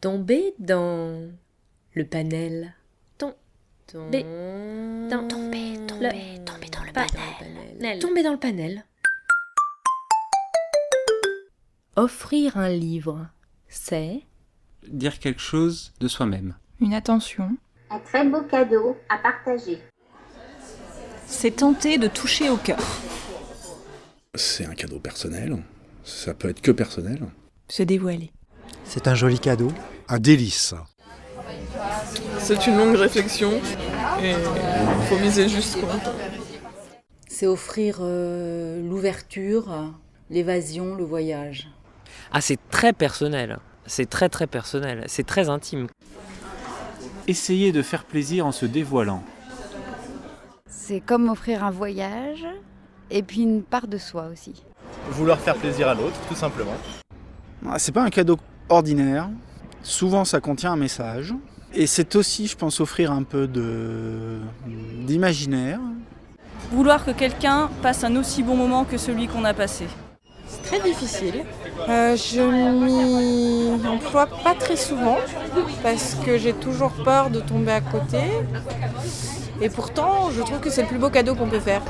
Tomber dans le panel. Tom- Tomber dans- tomber, tomber, tomber dans le pas panel. Nel. Tomber dans le panel. Offrir un livre, c'est Dire quelque chose de soi-même. une attention, Un très beau cadeau à partager. C'est tenter de toucher au cœur. C'est un cadeau personnel. Ça peut être que personnel. Se dévoiler. C'est un joli cadeau, un délice. C'est une longue réflexion et faut miser juste quoi. C'est offrir euh, l'ouverture, l'évasion, le voyage. Ah, c'est très personnel. C'est très très personnel. C'est très intime. Essayer de faire plaisir en se dévoilant. C'est comme offrir un voyage et puis une part de soi aussi. Vouloir faire plaisir à l'autre, tout simplement. Ah, C'est pas un cadeau ordinaire. Souvent, ça contient un message. Et c'est aussi, je pense, offrir un peu de d'imaginaire. Vouloir que quelqu'un passe un aussi bon moment que celui qu'on a passé. C'est très difficile. Euh, je m'y emploie pas très souvent parce que j'ai toujours peur de tomber à côté. Et pourtant, je trouve que c'est le plus beau cadeau qu'on peut faire.